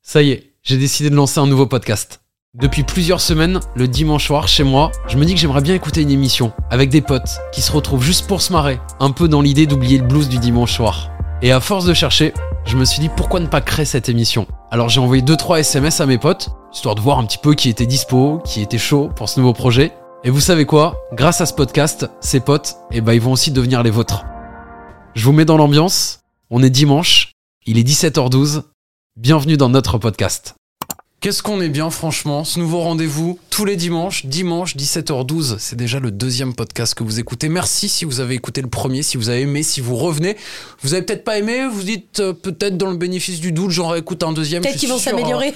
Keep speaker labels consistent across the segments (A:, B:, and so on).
A: Ça y est, j'ai décidé de lancer un nouveau podcast. Depuis plusieurs semaines, le dimanche soir, chez moi, je me dis que j'aimerais bien écouter une émission avec des potes qui se retrouvent juste pour se marrer, un peu dans l'idée d'oublier le blues du dimanche soir. Et à force de chercher, je me suis dit pourquoi ne pas créer cette émission. Alors j'ai envoyé 2-3 SMS à mes potes, histoire de voir un petit peu qui était dispo, qui était chaud pour ce nouveau projet. Et vous savez quoi Grâce à ce podcast, ces potes, eh ben, ils vont aussi devenir les vôtres. Je vous mets dans l'ambiance, on est dimanche, il est 17h12, bienvenue dans notre podcast. Qu'est-ce qu'on est bien franchement, ce nouveau rendez-vous tous les dimanches, dimanche 17h12, c'est déjà le deuxième podcast que vous écoutez. Merci si vous avez écouté le premier, si vous avez aimé, si vous revenez. Vous avez peut-être pas aimé, vous dites euh, peut-être dans le bénéfice du doute, j'en réécoute un deuxième.
B: Peut-être
A: je suis
B: qu'ils vont
A: sûr, hein.
B: s'améliorer.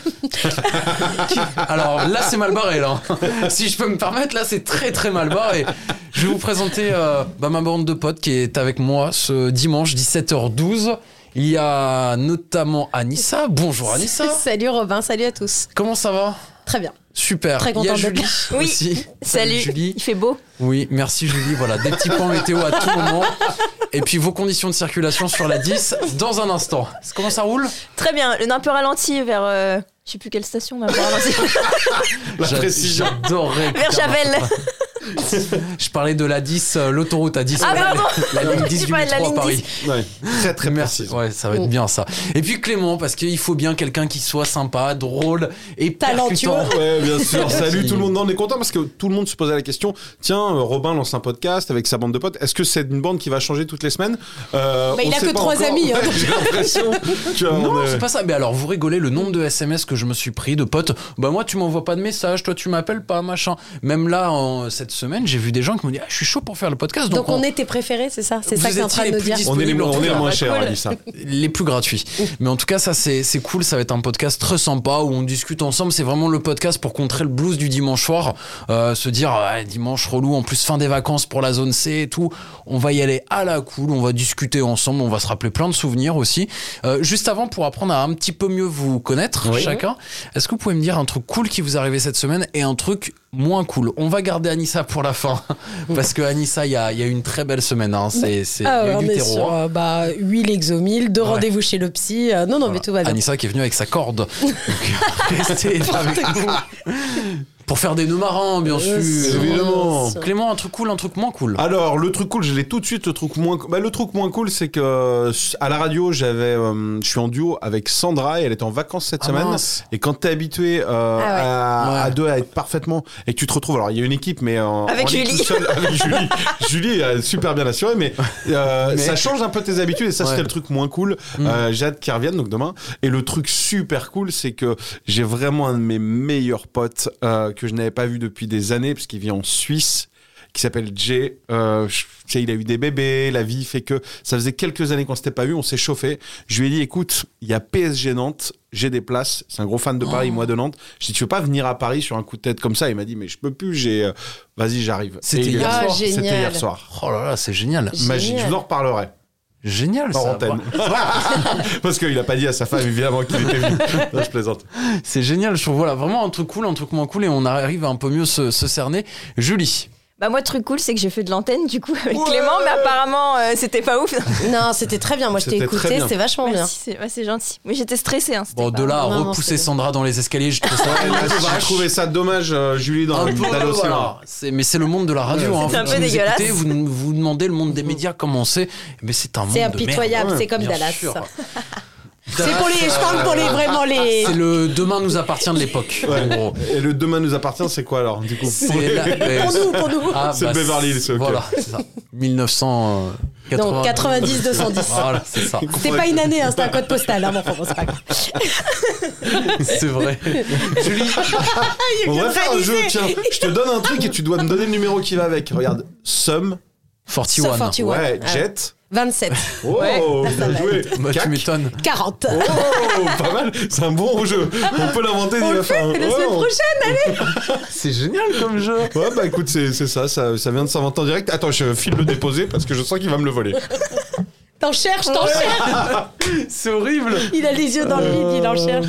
A: Alors là, c'est mal barré, là. si je peux me permettre, là, c'est très très mal barré. Je vais vous présenter euh, bah, ma bande de potes qui est avec moi ce dimanche 17h12. Il y a notamment Anissa. Bonjour Anissa.
B: salut Robin, salut à tous.
A: Comment ça va
B: Très bien.
A: Super.
B: Très
A: Il y a
B: contente d'être
A: Julie
C: Oui.
A: aussi.
C: Salut,
A: Julie.
C: il fait beau.
A: Oui, merci Julie. Voilà, des petits points météo à tout moment. Et puis vos conditions de circulation sur la 10 dans un instant. Comment ça roule
C: Très bien, le un peu ralenti vers. euh, je sais plus quelle station, mais un peu ralenti.
A: La
D: précision.
A: J'adorerais.
C: vers Javel.
A: Je parlais de la 10, euh, l'autoroute à 10.
C: Ah, pardon.
A: La ligne
C: Tu
A: 10 du
C: parlais de la
A: métro à
C: ligne
A: Paris.
C: 10.
D: Ouais. Très très
A: Merci.
D: merci.
A: Ouais, ça
B: Mm.
A: va être bien ça. Et puis Clément, parce qu'il faut bien quelqu'un qui soit sympa, drôle et
B: Talentueux.
A: percutant.
D: Ouais, bien sûr.
A: Merci.
D: Salut tout le monde. Non, on est content parce que tout le monde se posait la question. Tiens, euh, Robin lance un podcast avec sa bande de potes. Est-ce que c'est une bande qui va changer toutes les semaines Euh,
B: Bah, il
D: on
B: a
D: sait
B: que
D: pas
B: trois
D: encore.
B: amis, hein.
D: Ouais, J'ai l'impression. Tu vois,
A: Non,
D: on, euh,
A: c'est pas ça. Mais alors, vous rigolez le nombre de SMS que je me suis pris de potes. Bah, moi, tu m'envoies pas de message, toi, tu m'appelles pas, machin. Même là, en- cette semaine, j'ai vu des gens qui m'ont dit Ah, je suis chaud pour faire le podcast.
B: Donc, on est tes préférés, c'est ça C'est
A: Vous
B: ça que t'es en
A: étiez
B: train de
A: les
B: nous
A: plus
B: dire.
A: dis-
D: on est les
A: disponible
D: moins,
A: en
D: on est
A: tout
D: les
A: cas.
D: moins chers, hein,
C: Cool.
D: Anissa.
A: les plus gratuits. Mais en tout cas, ça c'est c'est cool, ça va être un podcast très sympa où on discute ensemble. C'est vraiment le podcast pour contrer le blues du dimanche soir. Euh, se dire, ah, dimanche relou, en plus fin des vacances pour la zone C et tout. On va y aller à la cool, on va discuter ensemble, on va se rappeler plein de souvenirs aussi. Euh, juste avant, pour apprendre à un petit peu mieux vous connaître chacun, est-ce que vous pouvez me dire un truc cool qui vous est arrivé cette semaine et un truc moins cool On va garder Anissa pour la fin parce que Anissa, il y a, il y a eu une très belle semaine. hein. C'est c'est- il y
B: Ah
A: a eu
B: ouais, on
A: du
B: est
A: terreau, hein.
B: sur euh, bah, 8 l'exomile, deux
A: Ouais.
B: rendez-vous chez le psy. euh, non, non, mais tout va bien.
A: Anissa qui est venue avec sa corde. Donc, restez avec nous. Pour faire des nœuds marrants, bien
B: Euh,
A: sûr.
D: évidemment.
B: c'est-
A: Clément, un truc cool, un truc moins cool.
D: Alors le truc cool, je l'ai tout de suite. Le truc moins, bah, le truc moins cool, c'est que euh, à la radio, j'avais, euh, je suis en duo avec Sandra et elle était en vacances cette
A: Ah,
D: semaine.
A: mince.
D: Et quand t'es habitué euh,
C: Ah
D: à,
A: Ouais.
D: à deux à être parfaitement et que tu te retrouves, alors il y a une équipe, mais euh,
C: Avec
D: on est
C: Julie.
D: tout seul avec Julie, Julie euh, super bien assurée, mais, euh,
A: Mais-
D: ça change un peu tes habitudes et ça
A: Ouais.
D: c'était le truc moins cool.
A: Mm.
D: Euh, J'ai hâte qu'ils reviennent donc demain. Et le truc super cool, c'est que j'ai vraiment un de mes meilleurs potes euh, que je n'avais pas vu depuis des années parce qu'il vit en Suisse qui s'appelle Jay. Euh, je- tu sais, il a eu des bébés, la vie fait que ça faisait quelques années qu'on s'était pas vu, on s'est chauffé. Je lui ai dit, écoute, il y a PSG Nantes, j'ai des places. C'est un gros fan de
A: Oh.
D: Paris, moi de Nantes. Je dis, tu veux pas venir à Paris sur un coup de tête comme ça Il m'a dit, mais je peux plus. J'ai, euh, vas-y, j'arrive.
A: C'était
D: Et il est
A: hier
D: venu.
A: soir.
D: C'était
B: Ah, Génial.
D: hier soir.
A: Oh là là, c'est génial.
B: Génial.
D: Magique. Je vous en reparlerai.
A: Génial,
D: Hors
A: ça.
D: antenne. Parce qu'il a pas dit à sa femme évidemment qu'il était venu. Non, je plaisante.
A: C'est génial, je trouve. Voilà, vraiment un truc cool, un truc moins cool, et on arrive à un peu mieux se, se cerner. Julie.
C: Bah, moi, truc cool, c'est que j'ai fait de l'antenne du coup avec
D: Ouais.
C: Clément, mais apparemment, euh, c'était pas ouf.
B: Non, c'était très bien. Moi, je t'ai
D: C'était très
B: écouté,
D: bien.
B: c'était vachement bien.
C: Merci, c'est ouais, c'est gentil. Mais j'étais stressée. Hein, c'était
A: Bon,
C: pas-
A: de là à
B: Non, non,
A: repousser
B: c'est-
A: Sandra dans les escaliers, je trouve ça.
D: Ouais, là, J'ai
A: Vache.
D: trouvé ça dommage, euh, Julie,
A: Un
D: dans
A: peu,
D: dans l'océan.
A: voilà. C'est- Mais c'est le monde de la radio.
D: Ouais,
A: hein.
C: c'est un
A: Vous
C: peu
A: nous
C: dégueulasse.
A: écoutez, vous nous- vous demandez le monde des médias comment c'est, mais c'est un monde
B: Mm. C'est
A: de merde.
B: impitoyable,
D: Ouais,
B: c'est comme
A: Bien
B: Dallas.
A: sûr.
B: C'est
A: Dallas, Ah,
B: pour les. Je parle pour les vraiment les.
A: C'est le demain nous appartient de l'époque. en gros.
D: Et le demain nous appartient, c'est quoi alors du coup
A: C'est la- mais-
B: Pour nous, pour nous.
A: Ah,
D: C'est Beverly Hills, ok.
A: Voilà, c'est ça. 1990.
B: Non, 90 210.
A: Voilà, c'est ça.
B: C'était pas une année, hein, c'était un code postal. Hein, mais enfin, bon, c'est pas grave.
A: C'est vrai. Julie,
D: On va faire un jeu, tiens. Je te donne un truc et tu dois me donner le numéro qui va avec. Regarde, Sum,
A: 41.
B: 41.
D: ouais,
B: Ah.
D: Jet.
B: 27,
D: Oh, bien joué.
A: Bah, tu
D: Cac.
A: m'étonnes.
B: 40.
D: Oh, pas mal. C'est un bon jeu. On peut l'inventer.
B: On
D: il
B: le
D: va
B: fait
D: faire un-
B: la
D: Ouais,
B: semaine
D: on-
B: prochaine.
A: C'est génial comme jeu.
D: Ouais, bah écoute, c'est c'est ça, ça, ça vient de s'inventer en direct. Attends, je file le déposer parce que je sens qu'il va me le voler.
B: T'en cherches, t'en cherches.
A: C'est horrible. Euh,
B: Il a les yeux dans le vide, il en cherche.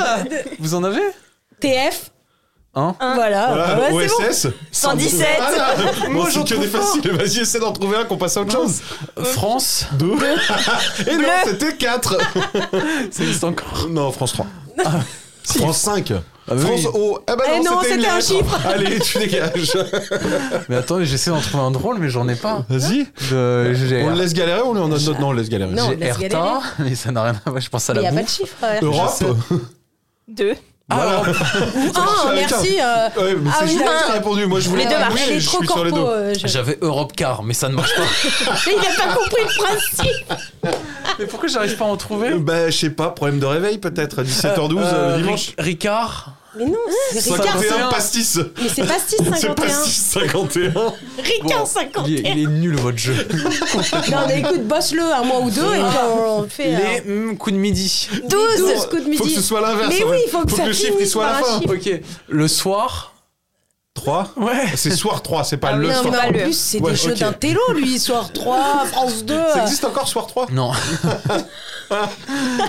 A: Ah, vous en avez
B: TF
A: Hein
B: Voilà,
D: Voilà,
B: ouais, Ah, bah, c'est bon.
D: OSS
C: 117
D: Ah, là,
A: Moi,
D: Moi,
A: j'en
D: j'en que
A: trouve
D: des
A: pas.
D: faciles. Vas-y, essaie d'en trouver un qu'on passe à autre chose.
A: Euh, France
D: Deux. Et non,
C: Bleu.
D: c'était quatre.
A: Ça existe encore.
D: Non, France 3. France 5.
A: Ah, mais,
D: France
A: oui.
D: O. Ah bah
B: Eh non, c'était un
D: lettre.
B: chiffre.
D: Allez, tu dégages.
A: mais attends, j'essaie d'en trouver un drôle, mais j'en ai pas. Euh,
D: Vas-y.
A: De
D: On le
A: GR.
D: laisse galérer ou on le- on note notre- Non, on le laisse galérer.
B: Non. on
A: J'ai
B: laisse
A: RTA,
B: galérer.
A: mais ça n'a rien à voir, je pense à
B: Mais y
A: la
B: a pas de
A: bouffe.
B: chiffre. ouais.
C: 2
D: Europe
C: Deux.
B: Ah,
D: Voilà.
B: Ou un,
D: avec
B: merci. euh,
D: Ouais, mais
B: Ah
D: c'est
B: oui,
D: Julien qui
B: d'accord.
D: a répondu. Moi, je voulais
C: Les deux
D: oui,
C: marchent.
D: je suis sur les deux.
B: Électrocorpo. euh, je-
E: J'avais Europe Car, mais ça ne marche pas.
B: Mais il a pas compris le principe.
A: Mais pourquoi j'arrive pas à en trouver
D: Euh, Bah, je sais pas, problème de réveil peut-être, 17h12 euh,
A: Euh,
D: dimanche.
E: Ric- Ricard
B: Mais non, c'est Ricard.
D: 51
A: 51.
D: pastis.
B: Mais c'est pas 6,
D: C'est
B: 51.
D: pastis 51.
B: Ricard,
A: il est,
B: 51.
A: il est nul votre jeu.
B: Non, mais écoute, bosse-le un mois ou deux et puis on le fait.
A: Les
B: euh,
A: hmm, coups de midi.
B: 12,
D: Non,
B: ce coup de
D: Faut que
B: midi.
D: ce soit l'inverse.
B: Mais
D: ouais.
B: oui, il faut que ça
D: le chiffre il
B: finisse
D: soit à la
B: par un
D: fin.
B: chiffre.
A: Ok. Le soir.
D: 3
A: Ouais.
D: C'est soir 3, c'est pas
C: Ah
D: le
C: oui,
B: Non,
D: soir.
B: mais en
C: soir.
B: plus, c'est
D: Ouais,
B: des jeux
D: ok.
B: d'intello, lui. Soir 3, France 2.
D: Ça existe encore soir 3
A: Non.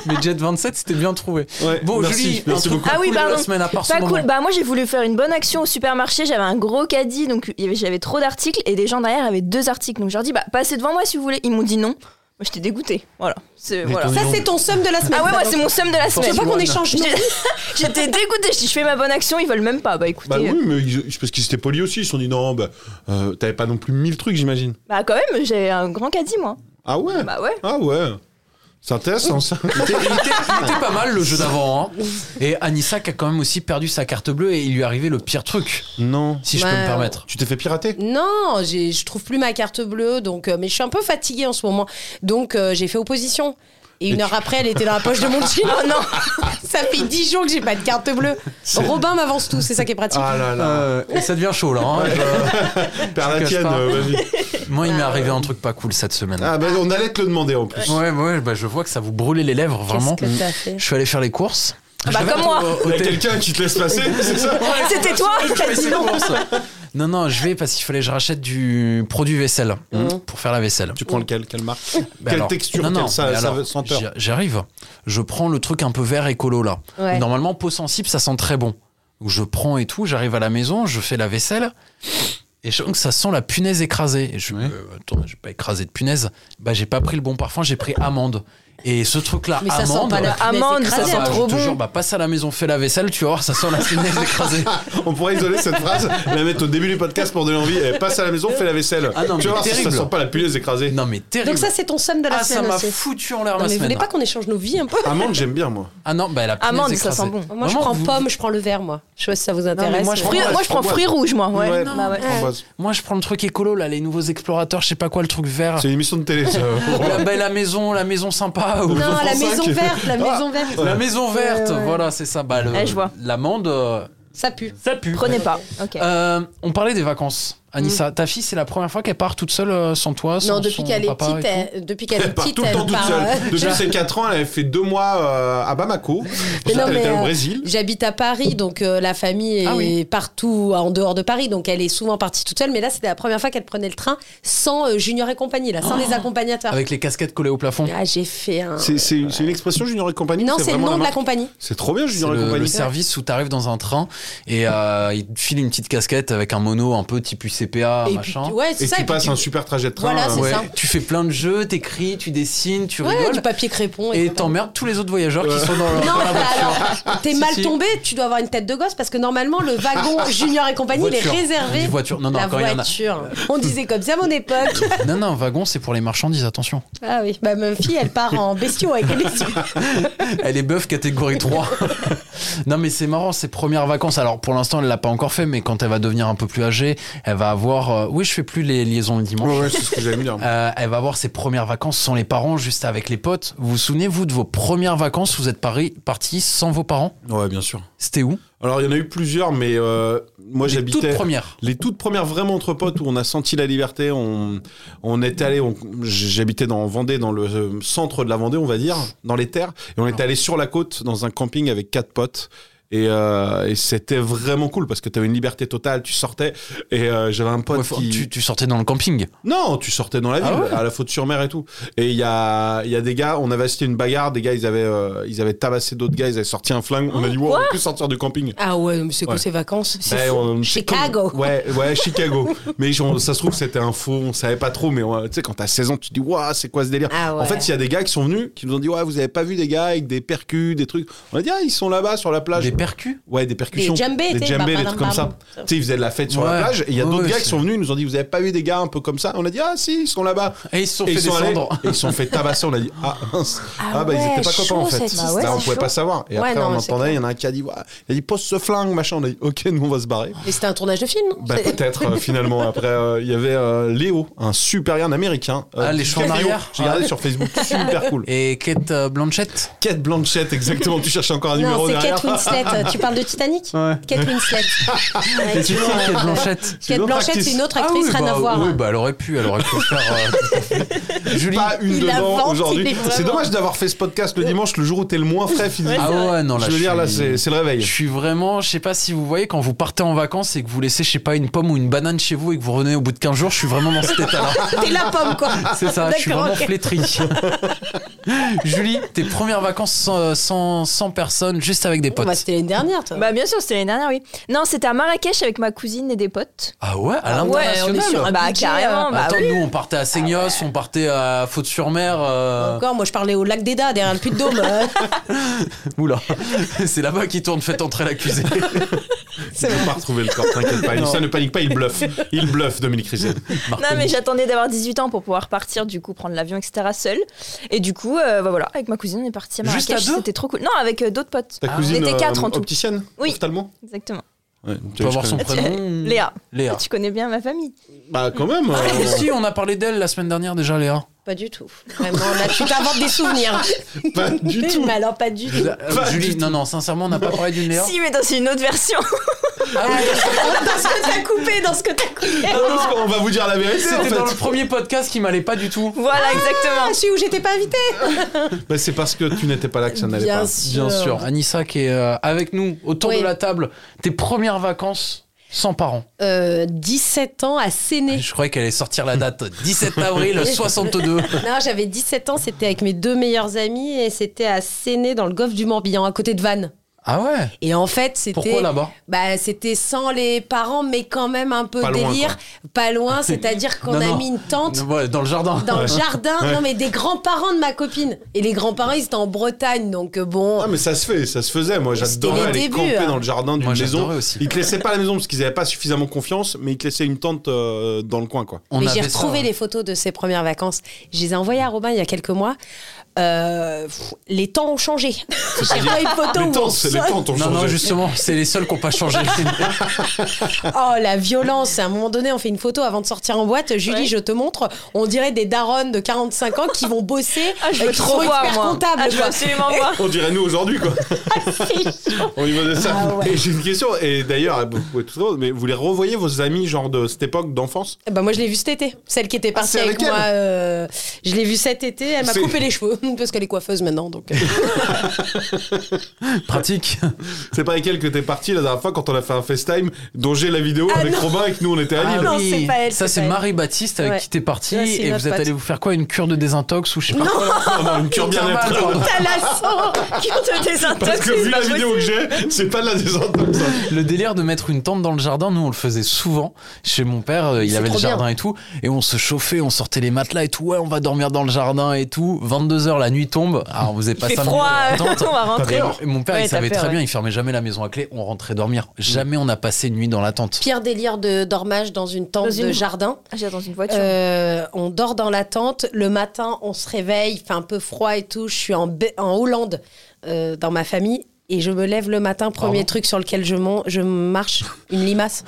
A: mais Jet 27, c'était bien trouvé.
D: Ouais,
A: Bon,
D: merci,
A: Julie, un
D: merci
A: truc
D: beaucoup.
C: Ah oui,
A: cool de la
C: pardon.
A: semaine à part ce
C: Pas cool.
A: moment.
C: Bah moi j'ai voulu faire une bonne action au supermarché, j'avais un gros caddie donc il y avait- j'avais trop d'articles et des gens derrière avaient deux articles. Donc je leur dis bah passez devant moi si vous voulez. Ils m'ont dit non. Moi j'étais dégoûtée. Voilà. C'est- voilà.
B: Ça, c'est ton somme de la semaine.
C: Ah ouais, moi
B: ça,
C: c'est
B: donc.
C: mon somme de la
B: Je
C: semaine.
B: veux pas qu'on
A: One.
B: échange. non.
C: J'étais dégoûtée, je dis je fais ma bonne action, ils veulent même pas. Bah écoutez,
D: Bah
C: euh,
D: oui, mais ils- c'est parce qu'ils étaient polis aussi. Ils se sont dit non, bah, euh, t'avais pas non plus 1000 trucs, j'imagine.
C: bah quand même, j'ai un grand caddie moi.
D: Ah ouais
C: Bah ouais.
D: Ah ouais C'est intéressant ça.
A: Il était, il était- il était pas mal le jeu d'avant. hein. Et Anissac a quand même aussi perdu sa carte bleue et il lui est arrivé le pire truc,
D: non.
A: si je
B: Ouais.
A: peux me permettre.
D: Tu t'es fait pirater
B: Non, j'ai- je trouve plus ma carte bleue, donc euh, mais je suis un peu fatiguée en ce moment, donc euh, j'ai fait opposition. Et une
D: Et
B: heure après, elle était dans la poche de mon jean. Oh non, ça fait dix jours que j'ai pas de carte bleue. Robin m'avance tout, c'est ça qui est pratique.
D: Ah là là.
A: Euh, et ça devient chaud là. hein.
D: Perds la
A: cache
D: tienne,
A: pas.
D: euh, Ah, vas-y.
A: Moi, il m'est arrivé un truc pas cool cette semaine.
D: Ah bah on allait te le demander en plus.
A: Ouais, ouais, bah, je vois que ça vous brûlait les lèvres vraiment.
B: Qu'est-ce que t'as fait
A: Je suis allé faire les courses.
C: Ah bah,
A: Je vais
C: comme
A: au-
C: moi.
A: au
D: Il y a
A: tél-
D: quelqu'un qui te laisse passer, c'est ça
C: C'était toi
A: Je vais essayer de voir ça. Non, non, je vais parce qu'il fallait que je rachète du produit vaisselle hein,
B: Mmh.
A: pour faire la vaisselle.
D: Tu prends lequel Quelle marque
A: Mais
D: Quelle
A: alors-
D: texture
A: non, non,
D: Quelle sa-
A: mais
D: sa-
A: alors,
D: senteur
A: j'y- J'arrive. Je prends le truc un peu vert écolo là.
B: Ouais.
A: Normalement, peau sensible, ça sent très bon. Donc, je prends et tout, j'arrive à la maison, je fais la vaisselle. Et je sens que ça sent la punaise écrasée. Et je me
D: Ouais.
A: attends, j'ai pas écrasé de punaise. Bah, j'ai pas pris le bon parfum, j'ai pris amande. Et ce truc-là,
B: Mais ça
A: Ah, amande.
B: sent pas la punaise
C: amande,
B: écrasée. hein.
C: ça sent
A: bah,
C: trop
A: je te
C: bon.
A: jure, bah, passe à la maison, fais la vaisselle, tu vas voir, ça sent la punaise écrasée.
D: On pourrait isoler cette phrase, la mettre au début du podcast pour donner envie. Eh, passe à la maison, fais la vaisselle.
A: Ah non,
D: tu
A: mais
D: vas voir si ça
A: terrible.
D: sent pas la punaise écrasée.
A: Non, mais terrible.
B: Donc ça, c'est ton somme de la
A: ah, ça
B: semaine
A: m'a
B: aussi.
A: foutu en l'air ma
B: Non, mais vous voulez
A: semaine. hein.
B: pas qu'on échange nos vies un peu
D: Amande, j'aime bien moi.
A: Ah non, bah, la punaise
C: Amande, ça
A: écrasée.
C: sent bon. Moi,
B: Moi, je
A: Vraiment,
B: prends
A: vous-
B: pomme, je prends le vert, moi. Je sais pas si ça vous intéresse.
A: moi, je
B: mais-
C: Fruits-
D: Framboise,
C: moi je prends
D: framboise.
C: fruits rouges moi. Ouais. Bah, ouais.
D: framboise.
A: Moi, je prends le truc écolo, là, les nouveaux explorateurs, je sais pas quoi, le truc vert. Oh,
D: C'est une émission de télé, ça.
A: La belle la maison, la maison sympa. ou-
B: Non, la
D: Enfant
B: maison
D: cinq.
B: verte, la maison verte.
A: La maison verte,
B: Ouais, Eh, ouais.
A: voilà, c'est ça. Bah, le-
C: Ouais, je vois.
A: L'amande, euh,
B: Ça pue.
A: ça pue.
C: Prenez pas. Ok.
A: Euh, on parlait des vacances. Anissa, ta fille, c'est la première fois qu'elle part toute seule euh, sans toi, sans
B: Mm. Non, depuis
A: son
B: qu'elle est
A: papa et
B: petite,
A: tout.
B: elle- depuis qu'elle est
D: Elle part
B: petite,
D: tout le temps
B: elle
D: toute
B: part. euh,
D: seule. Depuis ses 4 ans, elle avait fait 2 mois euh, à Bamako. Ensuite,
B: non,
D: elle était
B: mais,
D: au
B: euh,
D: Brésil.
B: J'habite à Paris, donc euh, la famille est
A: Ah oui.
B: partout euh, en dehors de Paris, donc elle est souvent partie toute seule. Mais là, c'était la première fois qu'elle prenait le train sans euh, Junior et compagnie, là,
A: Oh.
B: sans les accompagnateurs.
A: Avec les casquettes collées au plafond.
B: Ah, j'ai fait un.
D: C'est c'est une c'est une expression Junior et compagnie ou
B: Non, c'est le
D: vraiment
B: nom de la
D: marque
B: compagnie.
D: C'est trop bien
A: C'est
D: Junior et
A: le, le
D: compagnie.
A: service où t'arrives dans un train et euh, il te file une petite casquette avec un mono un peu type UCPA,
B: Et puis,
A: machin.
B: ouais, c'est
D: Et
B: ça.
D: tu
B: et puis
D: passes
B: tu-
D: un super trajet de train.
B: Voilà,
D: euh,
B: c'est
A: Ouais.
B: ça.
A: Tu fais plein de jeux, t'écris, tu dessines, tu
B: ouais, du
A: rigoles
B: papier crépon.
A: et
B: compagnie.
A: t'emmerdes tous les autres voyageurs
D: Ouais.
A: qui sont dans, le-
B: Non,
A: dans la
B: bah
A: voiture.
B: alors, t'es
A: Si,
B: mal
A: si.
B: tombé, tu dois avoir une tête de gosse parce que normalement, le wagon Junior et compagnie, il est
A: Voiture. On
B: réservé.
A: dit voiture. Non, non,
B: la
A: quand il y en a-
B: voiture. On disait comme ça à mon époque.
A: Non, non, wagon, c'est pour les marchandises, attention.
B: Ah oui, bah ma fille, elle part en bestiaux avec les bestiaux.
A: Elle est bœuf catégorie 3. non, mais c'est marrant, ses premières vacances. Alors, pour l'instant, elle l'a pas encore fait, mais quand elle va devenir un peu plus âgée, elle va avoir. euh, Oui, je fais plus les liaisons le dimanche.
D: Ouais, ouais, c'est ce que j'aime bien.
A: Euh, elle va avoir ses premières vacances sans les parents, juste avec les potes. Vous vous souvenez, vous, de vos premières vacances Vous êtes pari- partis sans vos parents
D: Ouais, bien sûr.
A: C'était où
D: Alors, il y en a eu plusieurs, mais euh, moi,
A: Les toutes
D: j'habitais.
A: premières.
D: Les toutes premières vraiment entre potes où on a senti la liberté, on, on était allé, on- j'habitais dans en Vendée, dans le euh, centre de la Vendée, on va dire, dans les terres, et on était allé sur la côte dans un camping avec quatre potes. Et, euh, et c'était vraiment cool parce que tu avais une liberté totale, tu sortais. Et euh, j'avais un pote
A: Ouais, faut-
D: qui.
A: tu, tu sortais dans le camping.
D: Non, tu sortais dans la ville,
A: Ah
D: à la Faute-sur-Mer et tout. Et il y a, il y a des gars, on avait assisté à une bagarre, des gars, ils avaient, euh, ils avaient tabassé d'autres gars, ils avaient sorti un flingue.
A: Oh,
D: On a dit, wow, on peut plus sortir du camping.
B: Ah ouais, mais c'est quoi
D: Ouais.
B: ces vacances
A: Ben,
D: Ouais, on-
B: Chicago.
D: Ouais, ouais, Chicago. mais genre, ça se trouve, c'était un faux, on savait pas trop, mais on- tu sais, quand t'as 16 ans, tu te dis, waouh, c'est quoi ce délire
B: Ah ouais.
D: En fait, il y a des gars qui sont venus, qui nous ont dit, ouais, vous avez pas vu des gars avec des percus, des trucs. On a dit, ah, ils sont là-bas sur la plage.
A: Des percus
D: Ouais, des percussions.
B: Des djembés, bah,
D: des,
B: t'sais,
D: djembés, des
B: babadam,
D: trucs comme ça.
B: babam.
D: Tu sais, ils faisaient de la fête sur
A: Ouais.
D: la plage et il y a d'autres
A: Ouais,
D: gars qui
A: c'est-
D: sont venus, ils nous ont dit, vous avez pas vu des gars un peu comme ça On a dit, ah si, ils sont là-bas.
A: Et ils se sont
D: Et
A: fait
D: ils sont allés,
A: descendre.
D: et ils se sont fait tabasser, on a dit, ah, mince. Ah, bah ils
C: ouais,
D: étaient pas
C: chaud,
D: copains en fait.
C: cette histoire.
D: Bah, on
C: Ouais,
D: pouvait
C: chaud.
D: pas savoir. Et
B: Ouais,
D: après,
B: non,
D: on
B: c'est
D: entendait,
B: clair.
D: il y en a un qui a dit, ouais. il a dit, pose ce flingue, machin. On a dit, ok, nous on va se barrer.
B: Mais c'était un tournage de film, non
D: Bah,
B: C'est-
D: peut-être euh, finalement. Après, euh, il y avait euh, Léo, un super gars américain. euh,
A: Ah, les
D: Léo.
A: cheveux en arrière.
D: J'ai regardé sur Facebook, super cool.
A: Et Kate euh, Blanchett
D: Kate Blanchett, exactement. Tu cherches encore un
B: Non,
D: numéro
B: c'est
D: derrière.
B: Kate Winslet. Tu parles de Titanic
A: Ouais.
B: Kate Winslet. Ouais,
A: C'est qui Kate Blanchett
D: une
B: Kate
D: autre
B: Blanchett,
D: actrice. Ah
B: c'est une autre actrice,
A: oui,
B: rien
A: bah,
B: à voir.
A: oui, bah, elle aurait pu, elle aurait pu faire. euh, tout à fait. Julie
D: Pas une
B: Il
D: devant
B: invente, il est
D: aujourd'hui. C'est
B: vraiment-
D: dommage d'avoir fait ce podcast le dimanche, le jour où t'es le moins frais physiquement.
A: Ah ouais, non, là,
D: je veux dire, là,
A: suis-
D: c'est c'est le réveil.
A: Je suis vraiment, je sais pas si vous voyez, quand vous partez en vacances et que vous laissez, je sais pas, une pomme ou une banane chez vous et que vous revenez au bout de 15 jours, je suis vraiment dans cet état-là.
B: Ah, T'es la pomme, quoi.
A: C'est ça, je suis
B: D'accord,
A: vraiment
B: ok.
A: flétri. Julie, tes premières vacances sans, sans, sans personne, juste avec des potes.
B: Bah, c'était l'année dernière, toi.
C: Bah bien sûr, c'était l'année dernière, oui. Non, c'était à Marrakech avec ma cousine et des potes.
A: ah ouais, à
C: ouais, on
A: l'international
C: est sur un bah,
B: budget,
C: carrément,
B: euh,
C: bah
A: Attends,
C: oui.
A: nous on partait à Seignos, on partait à Faute-sur-Mer. euh,
B: Encore, moi je parlais au lac des Dats, derrière le puy de Dôme. hein.
A: Oula, c'est là-bas qui tourne, faites entrer l'accusé.
D: On va pas retrouver le corps, t'inquiète pas.
A: Non.
D: Ça ne panique pas, il bluffe. Il bluffe, Dominique Rizet.
C: Non, mais j'attendais d'avoir 18 ans pour pouvoir partir, du coup, prendre l'avion, etc. seule. Et du coup, euh, bah voilà, avec ma cousine, on est parti à
A: Juste
C: Marrakech.
A: à deux
C: C'était trop cool. Non, avec euh, d'autres potes.
D: Ta cousine, euh,
C: On était quatre en tout.
D: opticienne
C: Oui.
D: Ophtalmo
C: Exactement.
D: Ouais, tu
A: Tu peux
D: vois,
A: avoir
D: je
A: son
D: connais.
A: prénom
C: Léa,
A: Hmm. Léa.
C: tu connais bien ma famille.
D: Bah, quand même.
A: Ah,
D: euh,
A: mais si, on a parlé d'elle la semaine dernière déjà, Léa.
B: Pas du tout. Vraiment, là tu t'inventes des souvenirs.
D: Pas du tout.
B: Mais alors, pas du tout.
A: Euh,
D: Pas du
A: Julie,
D: tout.
A: non, non, sincèrement, on n'a pas parlé d'une Léa.
C: Si, mais dans une autre version.
A: Ah oui,
B: dans ce que t'as coupé, dans ce que t'as coupé.
D: Non, parce qu'on va vous dire la vérité en
A: C'était dans le
D: fait.
A: premier podcast qui m'allait pas du tout.
C: voilà, exactement.
B: Ah, celui où j'étais pas invitée.
D: Bah, c'est parce que tu n'étais pas là que ça n'allait
B: Bien
D: pas.
A: Bien sûr. Anissa qui est euh, avec nous autour
B: Oui.
A: de la table. Tes premières vacances sans parents.
B: Euh, 17 ans à Séné.
A: Je croyais qu'elle allait sortir la date 17 avril 62.
B: Non, j'avais 17 ans, c'était avec mes deux meilleurs amis et c'était à Séné dans le golfe du Morbihan, à côté de Vannes.
A: Ah ouais
B: Et en fait,
A: Pourquoi
B: c'était
A: là-bas
B: bah, c'était sans les parents, mais quand même un peu
D: Pas loin,
B: délire. pas loin, c'est-à-dire qu'on
A: Non,
B: a
A: non.
B: mis une tente
A: Ouais, Dans le jardin.
B: dans le jardin,
D: Ouais.
B: non mais des grands-parents de ma copine. Et les grands-parents, ils étaient en Bretagne, donc euh, bon.
D: Ah mais ça se fait, ça se faisait. Moi
B: C'était
D: j'adorais
B: les
D: aller
B: débuts,
D: camper
B: hein.
D: dans le jardin d'une
A: Moi,
D: maison.
A: j'adorais aussi.
D: Ils te laissaient pas à la maison parce qu'ils n'avaient pas suffisamment confiance, mais ils te laissaient une tente euh, dans le coin quoi.
A: On
B: mais j'ai
A: avait ça, euh,
B: retrouvé
A: ouais.
B: les photos de ces premières vacances. Je les ai envoyées à Robin il y a quelques mois. Euh, pff, les temps ont changé. J'ai pas une photo
D: les
B: où on
D: tentes, c'est les
B: saute.
D: tentes ont
A: Non,
D: changé.
A: non, justement, c'est les seuls qui n'ont pas changé.
B: Oh la violence À un moment donné, on fait une photo avant de sortir en boîte. Julie,
C: Ouais.
B: je te montre. On dirait des daronnes de 45 ans qui vont bosser.
C: Ah, je veux
B: euh, qui
C: trop
B: sont
C: voir,
B: experts
C: moi.
B: comptables,
C: Ah, je veux
B: quoi.
C: absolument voir.
D: On dirait nous aujourd'hui quoi. On y va de ça.
B: Ah ouais.
D: Et j'ai une question. Et d'ailleurs, vous pouvez tout dire, mais vous les revoyez vos amis genre de cette époque d'enfance
B: Eh ben, moi, je l'ai vue cet été. Celle qui était partie
D: c'est
B: avec,
D: avec elle
B: moi, euh, je l'ai vue cet été. Elle m'a
D: C'est-
B: coupé les cheveux parce qu'elle est coiffeuse maintenant. Donc, euh,
A: Pratique.
D: C'est pas avec elle que t'es parti la dernière fois quand on a fait un FaceTime dont j'ai la vidéo avec Robin et que nous on était à Lille.
B: Ah non,
A: oui.
B: c'est pas elle,
A: Ça,
B: c'est
A: c'est
B: pas elle.
A: Marie-Baptiste avec
B: Ouais.
A: qui t'es partie
B: Ouais, c'est
A: et
B: notre
A: vous êtes
B: pote.
A: allé vous faire quoi Une cure de désintox ou je sais pas quoi
D: Ah non, une cure bien
A: Thermale,
D: être.
A: pardon.
C: T'as la sang qui te
D: Parce
C: désintoxe.
D: que vu la vidéo que j'ai, c'est pas de la désintox.
A: Le délire de mettre une tente dans le jardin, nous on le faisait souvent. Chez mon père, euh, il
B: C'est
A: avait le
B: trop bien.
A: jardin et tout. Et on se chauffait, on sortait les matelas et tout. Ouais, on va dormir dans le jardin et tout. 22h, la nuit tombe. Ah, on faisait pas
C: Il fait
A: ça.
C: froid, euh, on va
A: Et
C: rentrer.
A: et mon père,
C: Ouais,
A: il
C: t'as
A: savait
C: peur,
A: très
C: ouais.
A: bien, il fermait jamais la maison à clé. On rentrait dormir. Jamais on a passé une nuit dans la tente.
B: pire délire de dormage dans une tente
C: Dans une-
B: de jardin.
C: Ah, J'ai dans une voiture.
B: Euh, on dort dans la tente. Le matin, on se réveille. Il fait un peu froid et tout. Je suis en, Be- en Hollande euh, dans ma famille. Et je me lève le matin, premier
A: Pardon
B: truc sur lequel je, mon- je marche, une limace.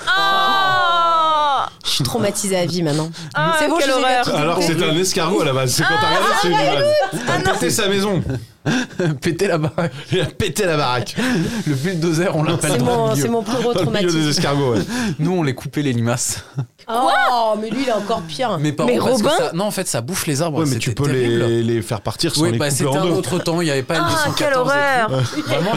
C: Ah
B: Je suis traumatisée à vie maintenant.
C: Ah,
B: C'est bon,
C: quelle
B: je vous ai
C: horreur.
B: bien tout dit.
D: Alors que c'était un escargot à la base. C'est quand t'as regardé, c'est une image. T'as pété sa maison.
A: Péter la baraque.
D: Il a pété la baraque.
A: Le bulldozer, on l'appelle
B: C'est
A: dans le
B: mon,
A: milieu.
B: c'est mon plus gros
D: Dans le milieu des
B: traumatisme.
D: escargots. ouais.
A: Nous, on les coupait les limaces.
B: Oh, mais lui, il est encore pire.
A: Mais, par
C: Mais
A: parce que
C: Robin
A: ça- Non, en fait, ça bouffe les arbres.
D: Ouais, mais
A: c'était
D: tu peux
A: terrible.
D: les, les faire partir sans
A: Oui,
D: les
A: bah,
D: couper
A: c'était
D: en
A: un
D: deux.
A: autre temps, il n'y avait pas
C: Ah,
A: L214
C: quelle
A: et tout.
C: horreur
A: Vraiment,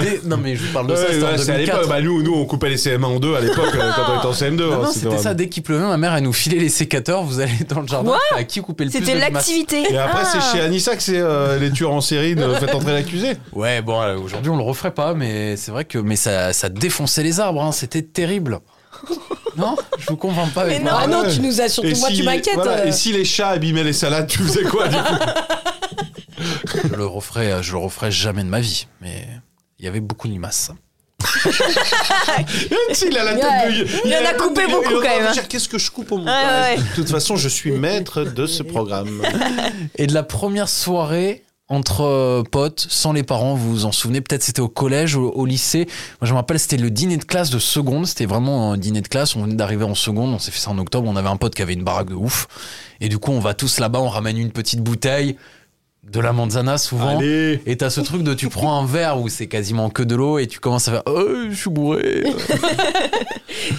A: des- des- non mais je parle de
D: Ouais,
A: ça, c'était en
D: ouais, c'est à
A: 2004.
D: l'époque. Bah, nous, nous, on coupait les CM1 en deux à l'époque euh, quand on était en CM2.
A: Non, Bah,
D: hein,
A: non,
D: c'était
A: c'était
D: vraiment-
A: ça, dès qu'il pleuvait, ma mère, elle nous filait les sécateurs, vous allez dans le jardin,
C: Quoi
A: à qui couper le plus
C: C'était
A: de limaces.
C: l'activité.
D: Et après,
C: Ah.
D: c'est chez Anissa que c'est euh, les tueurs en série de Faites entrer l'accusé.
A: Ouais, bon, euh, aujourd'hui, on le referait pas, mais c'est vrai que mais ça, ça défonçait les arbres, hein, c'était terrible. non, je vous convainc pas avec
C: Mais
A: ma-
B: Ah
D: non.
B: non, tu nous as surtout. Moi, tu m'inquiètes.
D: voilà,
B: euh.
D: et si les chats abîmaient les salades, tu faisais quoi du coup
A: Je le referai, euh, je le referai jamais de ma vie, mais il y avait beaucoup de limaces.
D: Même s'il a la tête
C: Ouais.
D: de.
C: Il
D: a
C: en
D: la
C: a
D: tête
C: coupé
D: de-
C: beaucoup,
D: il en a
C: quand
D: envie de
C: même.
D: dire, Qu'est-ce que je coupe au
C: ouais.
D: montage De toute façon, je suis maître de ce programme.
A: Et de la première soirée entre euh, potes, sans les parents, vous vous en souvenez Peut-être c'était au collège ou au lycée. Moi, je me rappelle, c'était le dîner de classe de seconde. C'était vraiment un dîner de classe. On venait d'arriver en seconde. On s'est fait ça en octobre. On avait un pote qui avait une baraque de ouf. Et du coup, on va tous là-bas. On ramène une petite bouteille de la manzana souvent.
D: Allez
A: Et t'as ce truc de tu prends un verre où c'est quasiment que de l'eau et tu commences à faire oh, je suis bourré.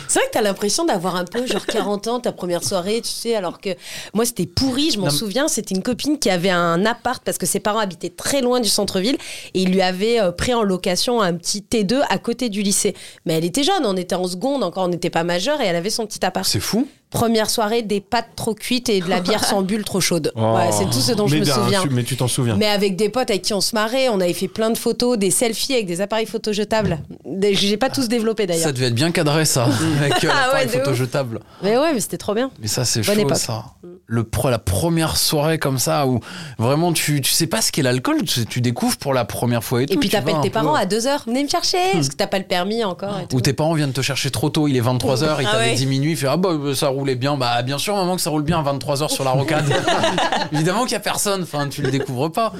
B: C'est vrai que t'as l'impression d'avoir un peu genre 40 ans, ta première soirée, tu sais, alors que moi c'était pourri, je m'en
A: Non, mais-
B: souviens, c'était une copine qui avait un appart parce que ses parents habitaient très loin du centre-ville et ils lui avaient euh, pris en location un petit T2 à côté du lycée. Mais elle était jeune, on était en seconde, encore on n'était pas majeur et elle avait son petit appart.
A: C'est fou.
B: Première soirée, des pâtes trop cuites et de la bière sans bulle trop chaude. Ouais, c'est tout ce dont je
D: Mais
B: me
D: d'un-
B: souviens.
D: tu- Mais tu t'en souviens.
B: Mais avec des potes avec qui on se marrait, on avait fait plein de photos, des selfies avec des appareils photojetables. Des- J'ai pas tous développé d'ailleurs.
A: Ça devait être bien cadré ça avec euh,
C: Ah ouais,
A: l'appareil
C: de ouf.
A: photojetable.
B: Mais ouais, mais c'était trop bien.
A: Mais ça, c'est
B: Bonne
A: chaud,
B: époque.
A: ça. Le, pre- la première soirée comme ça, où vraiment tu, tu sais pas ce qu'est l'alcool, tu, tu découvres pour la première fois et tout.
B: Et puis
A: tu vas
B: t'appelles
A: un
B: tes
A: peu- Hmm.
B: parents à 2h, venez me chercher, parce que t'as pas le permis encore. Et tout.
A: Ou tes parents viennent te chercher trop tôt, il est 23h, ils
C: Ah
A: t'avaient
C: ouais.
A: diminué, il fait Ah bah euh, ça roulait bien, bah bien sûr, maman, que ça roule bien à 23h sur la rocade. Évidemment qu'il y a personne, enfin tu le découvres pas.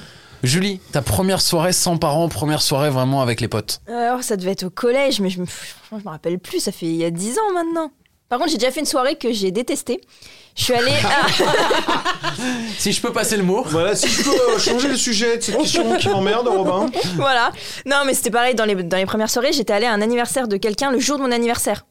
A: Julie, ta première soirée sans parents, première soirée vraiment avec les potes.
C: Alors, Euh, oh, ça devait être au collège, mais je me, franchement, je me rappelle plus. Ça fait il y a 10 ans maintenant. Par contre, j'ai déjà fait une soirée que j'ai détestée. Je suis allée à.
A: Si je peux passer le mot.
D: Voilà, si je peux euh, changer le sujet de cette question qui m'emmerde, Robin.
C: voilà. Non, mais c'était pareil. Dans les, dans les premières soirées, j'étais allée à un anniversaire de quelqu'un le jour de mon anniversaire.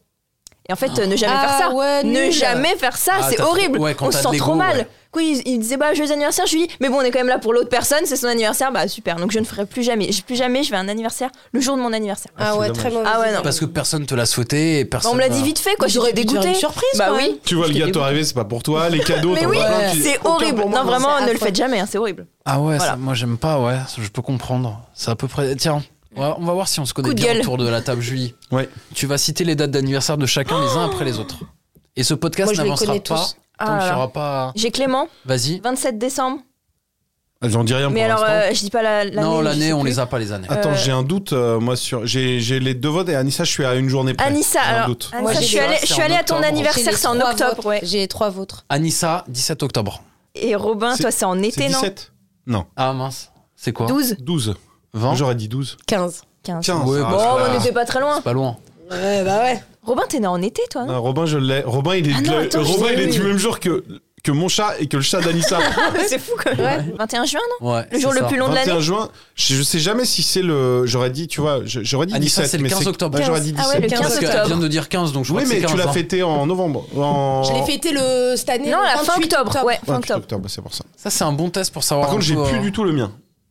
C: Et en fait, euh, ne jamais
B: Ah
C: faire ça.
B: ouais,
C: ne
B: nul.
C: jamais faire ça,
A: Ah,
C: c'est
A: t'as trop-
C: horrible.
A: ouais, quand
C: on
A: t'as
C: se
A: de
C: sent
A: l'ego,
C: trop mal.
A: ouais.
C: Quoi, il, il disait bah joyeux anniversaire. Je lui dis mais bon, on est quand même là pour l'autre personne, c'est son anniversaire. Bah super. Donc je ne ferai plus jamais. J'ai Plus jamais, je vais à un anniversaire le jour de mon anniversaire.
B: Ah ouais,
D: dommage.
B: très mauvais.
C: Ah ouais, non.
A: Parce que personne te l'a souhaité et
C: Bah,
A: personne. euh,
C: on me l'a
A: n'a-
C: dit vite fait quoi. J'aurais
B: J'aurais
C: dégoûté.
B: une surprise.
C: bah
B: quand même.
C: oui.
D: Tu vois le
C: Je t'ai
D: gâteau
C: dégoûté.
D: arriver, c'est pas pour toi. Les cadeaux,
C: Mais
D: t'en
C: oui,
D: as plein qui-
C: c'est
D: Aucun
C: horrible.
D: pour moi,
C: Non, vraiment,
B: c'est
C: ne le
B: affreux.
C: faites jamais, hein, c'est horrible.
A: Ah ouais,
C: Voilà.
A: ça, moi j'aime pas, ouais, je peux comprendre. C'est à peu près. Tiens, on va, on va voir si on se connaît
C: Coup de
A: bien
C: gueule.
A: autour de la table, Julie.
D: Ouais.
A: Tu vas citer les dates d'anniversaire de chacun les
C: Oh.
A: uns après les autres. Et ce podcast
B: Moi, je les
A: n'avancera
B: connais
A: pas
B: tous.
A: tant
C: Ah
A: qu'il
C: là
A: n'y
C: là.
A: aura pas.
C: J'ai Clément,
A: Vas-y.
C: 27 décembre.
D: J'en dis rien
C: Mais
D: pour
C: alors,
D: l'instant.
C: euh, je dis pas la- l'année.
A: Non,
C: je sais
A: l'année, on
C: plus.
A: les a pas les années.
D: Attends,
C: euh,
D: j'ai un doute, euh, moi, sur. J'ai j'ai les deux votes et Anissa, je suis à une journée près.
C: Anissa,
D: J'ai un
C: alors,
D: doute.
C: Anissa,
B: Moi,
C: je
B: j'ai
C: suis
A: les
C: allée,
A: trois,
C: je
A: c'est
C: suis
A: en
C: allée à ton
A: octobre.
B: J'ai les
C: anniversaire, c'est en
B: trois
C: octobre,
B: vôtres.
C: ouais.
B: J'ai les trois vôtres.
A: Anissa, 17 octobre.
C: Et Robin,
D: C'est-
C: toi, c'est en
D: C'est
C: été, non
D: 17 Non,
A: Ah mince. C'est quoi
C: 12
D: 12.
A: 20
D: J'aurais dit 12.
B: 15.
C: 15.
D: Tiens,
A: Ouais,
D: ça
A: bon,
D: va.
C: Oh,
A: Ah.
C: on n'était pas très loin.
A: Pas loin.
B: Ouais, bah ouais.
C: Robin, t'es né en été, toi, non
D: Ah, Robin, je l'ai. Robin, il est,
C: Ah
D: de
C: non,
D: la-
C: attends, je
D: Robin,
C: l'ai
D: il est
C: eu.
D: du même jour que, que mon chat et que le chat d'Anissa.
C: C'est fou, quand même. 21 juin, non
A: Ouais.
C: Le jour
A: c'est
C: le
A: ça.
C: plus long de
D: 21
C: l'année
D: juin, je, je sais jamais si c'est le. J'aurais dit, tu vois, je- j'aurais dit
A: Anissa,
D: 17.
A: c'est le
D: mais
A: 15 octobre.
D: Ouais, j'aurais dit
C: Ah
D: 17.
C: ouais, le 15
A: Parce qu'elle
C: octobre.
A: vient de dire 15, donc je crois
D: oui,
A: que c'est
D: mais
A: 15.
D: tu l'as
A: hein.
D: fêté en novembre. En...
A: Oh.
B: Je l'ai fêté le, cette année.
C: Non,
B: le
C: la fin
B: 28
C: octobre. Ouais,
D: Ouais,
C: fin octobre.
D: octobre, bah, c'est pour ça.
A: hein. Ça, c'est un bon test pour savoir.
D: Par contre,
A: un
D: j'ai
A: peu,
D: plus
A: euh,
D: du tout le mien.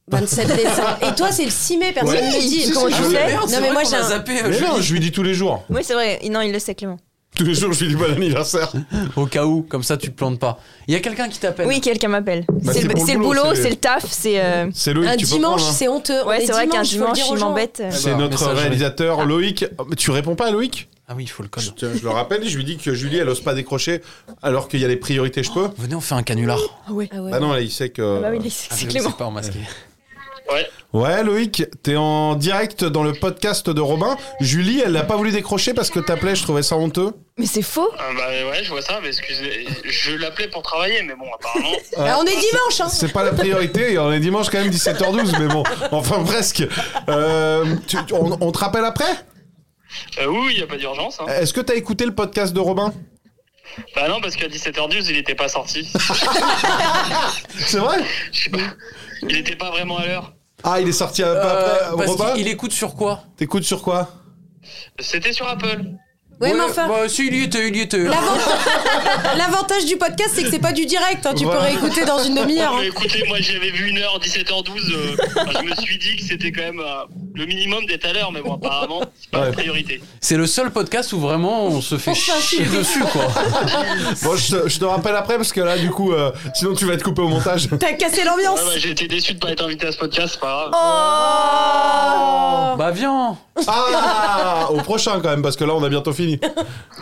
B: 27 décembre. Et toi, c'est le 6 mai, personne
D: Ouais,
B: ne me
D: si,
B: dit.
D: si, je
B: tu
D: l'ai.
B: sais
A: Merde, c'est
B: Non, mais
A: vrai
B: moi,
A: qu'on
B: j'ai
A: a
B: un.
A: zappé. euh,
D: Mais
A: Julie.
D: non, je lui dis tous les jours.
C: Oui, c'est vrai. Non, il le sait, Clément.
D: Tous les jours, je lui dis bon anniversaire.
A: Au cas où, comme ça, tu te plantes pas. Il y a quelqu'un qui t'appelle.
C: Oui, quelqu'un m'appelle.
D: Bah,
C: C'est
D: c'est
C: le
D: pour le
C: c'est le
D: boulot,
C: boulot,
D: c'est-
C: c'est le taf, c'est. euh,
D: C'est Loïc,
B: Un
D: tu peux
B: dimanche,
D: prendre, hein.
B: c'est honteux.
C: Ouais, c'est vrai qu'un dimanche,
B: il
C: il m'embête.
A: Ah
D: C'est
A: bah,
D: notre
A: messagerie.
D: réalisateur Loïc. Ah, mais tu réponds pas à Loïc
A: Ah oui, il faut le code.
D: je, tiens, je le rappelle, je lui dis que Julie, elle ose pas décrocher alors qu'il y a les priorités, je peux.
A: Venez, on fait un canular.
C: Ah ouais.
B: Ah ouais.
D: Bah non, là, il sait que.
C: Ah bah oui, il sait que
A: Ah,
C: c'est
A: je
C: Clément.
A: sais pas en masqué.
D: Ouais, Loïc, t'es en direct dans le podcast de Robin. Julie, elle n'a pas voulu décrocher parce que t'appelais, je trouvais ça honteux.
C: Mais c'est faux.
F: Ah bah ouais, je vois ça, mais excusez, je l'appelais pour travailler, mais bon, apparemment.
B: Ah, on est dimanche, hein.
D: C'est pas la priorité, et on est dimanche quand même 17h12, mais bon, enfin presque. Euh, tu- on, on te rappelle après
F: Euh, oui, il n'y a pas d'urgence. Hein.
D: Est-ce que t'as écouté le podcast de Robin
F: Bah non, parce qu'à 17h12, il était pas sorti.
D: C'est vrai
F: Je sais pas. Il était pas vraiment à l'heure.
D: Ah, il est sorti un peu après
A: Euh,
D: au
A: parce
D: repas
A: qu'il- il écoute sur quoi
D: T'écoutes sur quoi
F: C'était sur Apple.
B: Ouais, mais enfin,
A: Bah, si, il y était, il y était.
B: l'avant- l'avantage du podcast, c'est que c'est pas du direct. hein, Tu peux
D: Voilà.
B: réécouter dans une demi-heure.
F: Bah,
B: hein.
F: écoutez, moi j'avais vu une heure, 17h12. euh, je me suis dit que c'était quand même euh, le minimum d'être à l'heure, mais bon, apparemment, c'est pas
D: Ouais.
F: la priorité.
A: C'est le seul podcast où vraiment on se fait
B: On s'insulte.
A: chier dessus, quoi.
D: Bon, je te, je te rappelle après parce que là, du coup, euh, sinon tu vas être coupé au montage.
B: T'as cassé l'ambiance.
F: Ouais, ouais, j'ai été déçu de pas être invité à ce podcast, c'est pas grave.
B: Oh
A: Bah, viens.
D: Ah Au prochain quand même, parce que là, on a bientôt fini.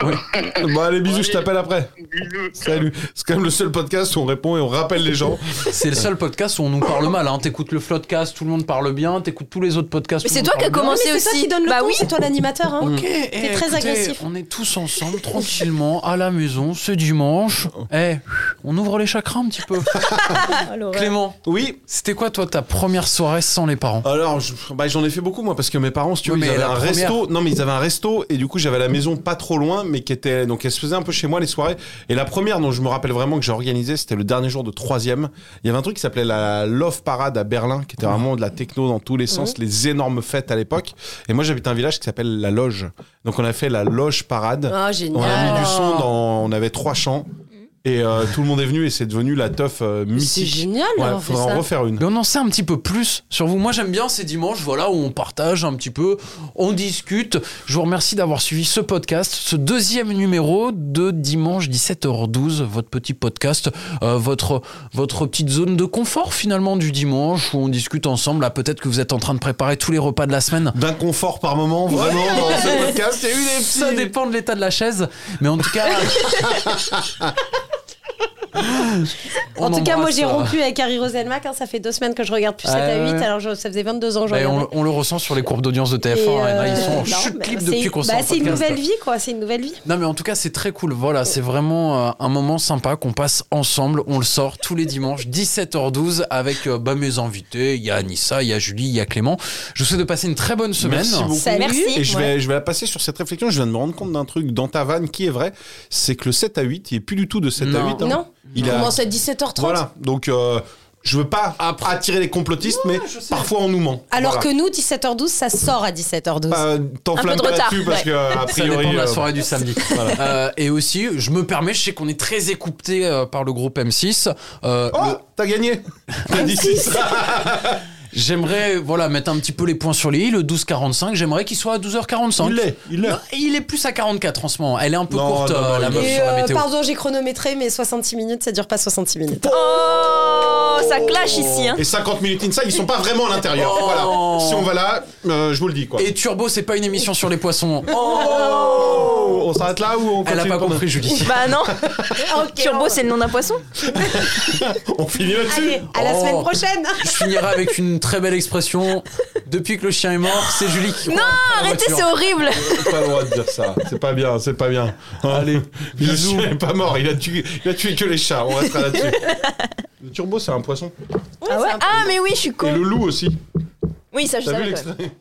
D: Bon, allez, bisous,
F: Ouais,
D: je t'appelle après.
F: Bisous.
D: Salut. C'est quand même le seul podcast où on répond et on rappelle les gens.
A: C'est le seul podcast où on nous parle mal. Hein. T'écoutes le Floodcast, tout le monde parle bien. T'écoutes tous les autres podcasts.
C: Mais
A: tout
C: c'est
A: le
C: toi
A: monde
C: qui as
A: parle
B: Non, mais
C: commencé
B: c'est
C: aussi.
B: toi qui donne le
C: bah
B: ton,
C: oui.
B: c'est toi l'animateur. hein.
A: bien. Ok, eh,
B: très
A: écoutez,
B: agressif.
A: On est tous ensemble, tranquillement, à la maison, ce dimanche. Eh, on ouvre les chakras un petit peu.
B: Ah,
A: Clément,
D: Oui.
A: c'était quoi toi ta première soirée sans les parents
D: Alors, je- bah, j'en ai fait beaucoup, moi, parce que mes parents, si tu veux,
A: Oui,
D: ils
A: mais
D: avaient un
A: la première.
D: resto. Non, mais ils avaient un resto et du coup, j'avais la maison pas trop loin, mais qui était. Donc, elle se faisait un peu chez moi les soirées. Et la première dont je me rappelle vraiment que j'ai organisée, c'était le dernier jour de troisième. Il y avait un truc qui s'appelait la Love Parade à Berlin, qui était vraiment de la techno dans tous les sens, les énormes fêtes à l'époque. Et moi, j'habite un village qui s'appelle la Loge. Donc, on a fait la Loge Parade.
B: Ah,
D: On a
B: génial.
D: mis du son dans. On avait trois chants. Et euh, tout le monde est venu et c'est devenu la teuf euh,
B: C'est
D: mythique.
B: génial
D: Ouais,
B: d'avoir fait
D: faudra en
B: ça.
D: refaire une.
A: Mais on en sait un petit peu plus sur vous. Moi, j'aime bien ces dimanches, voilà, où on partage un petit peu, on discute. Je vous remercie d'avoir suivi ce podcast, ce deuxième numéro de dimanche 17h12, votre petit podcast, euh, votre, votre petite zone de confort finalement du dimanche où on discute ensemble. Là, peut-être que vous êtes en train de préparer tous les repas de la semaine.
D: D'inconfort par moment, vraiment, dans ce podcast. Il y a eu des
A: Ça
D: petits-
A: dépend de l'état de la chaise, mais en tout cas. On
B: En tout cas, moi
A: embrasse,
B: j'ai
A: euh,
B: rompu avec Harry Roselmack. hein, ça fait deux semaines que je regarde plus 7 à
A: Ouais,
B: 8.
A: ouais.
B: Alors je- ça faisait 22 ans que je
A: bah,
B: regardais.
A: on, on le ressent sur les courbes d'audience de TF1.
B: Et,
A: hein,
B: euh,
A: ils sont en
B: non,
A: chute
B: bah,
A: libre
B: c'est-
A: depuis qu'on sort
B: bah,
A: le
B: C'est une
A: podcast.
B: nouvelle vie, quoi. C'est une nouvelle vie.
A: Non mais en tout cas c'est très cool, voilà, c'est vraiment euh, un moment sympa qu'on passe ensemble, on le sort tous les dimanches 17h12 avec euh, bah, mes invités, il y a Anissa, il y a Julie, il y a Clément. Je vous souhaite de passer une très bonne semaine.
D: Merci beaucoup.
B: Salut.
C: Merci.
D: Et je vais, je vais la passer sur cette réflexion. Je viens de me rendre compte d'un truc dans ta vanne qui est vrai. C'est que le 7 à 8, il est plus du tout de 7 à
A: Non.
D: 8. hein.
B: Non
D: Il
B: On
D: a-
B: commence à 17h30.
D: Voilà. Donc, euh, je veux pas attirer les complotistes, mais parfois on nous ment.
B: Alors
D: Voilà.
B: que nous, 17h12, ça sort à 17h12.
A: Bah,
D: Pas- euh,
C: Un peu
D: T'enflamme
C: de
D: pas
C: retard,
D: là-dessus parce
C: ouais.
D: que, a
A: Ça dépend
D: priori.
A: de la
D: euh,
A: soirée du samedi. Euh, et aussi, je me permets, je sais qu'on est très écouté euh, par le groupe M6. Euh,
D: Oh, t'as gagné T'as dit six.
A: J'aimerais voilà mettre un petit peu les points sur les i. Le 12h45, j'aimerais qu'il soit à 12h45.
D: Il l'est, il l'est.
A: Non, il est plus à 44 en ce moment. Elle est un peu
D: Non,
A: courte,
D: non,
A: euh,
D: non,
A: la
D: il
A: meuf
B: Et
A: sur la
B: euh,
A: météo.
B: pardon, j'ai chronométré, mais 66 minutes, ça dure pas 66 minutes.
C: Oh, ça clash ici. Hein.
D: Et 50 minutes inside, ils sont pas vraiment à l'intérieur.
A: Oh.
D: Voilà. Si on va là, euh, je vous le dis quoi.
A: Et Turbo, c'est pas une émission sur les poissons.
D: Oh, on s'arrête là ou on
A: Elle a
D: continue
A: pas
D: pendant-
A: compris, Julie.
C: Bah non.
B: Ok,
C: Turbo,
B: on-
C: c'est le nom d'un poisson.
D: On finit là-dessus.
B: Allez, à la
A: Oh.
B: semaine prochaine
A: Je finirai avec une très belle expression. Depuis que le chien est mort, c'est Julie qui. Non,
C: Arrêtez, c'est horrible.
D: C'est pas le droit de dire ça. C'est pas bien, c'est pas bien. Hein? Allez, le chien est pas mort. Il a tué, il a tué que les chats. On restera là-dessus. Le turbo, c'est un poisson.
C: Ah, ouais ah mais oui, je suis
D: Et
C: con.
D: le loup aussi.
C: Oui, ça je
D: T'as vu
C: savais. quand même.
D: l'extrait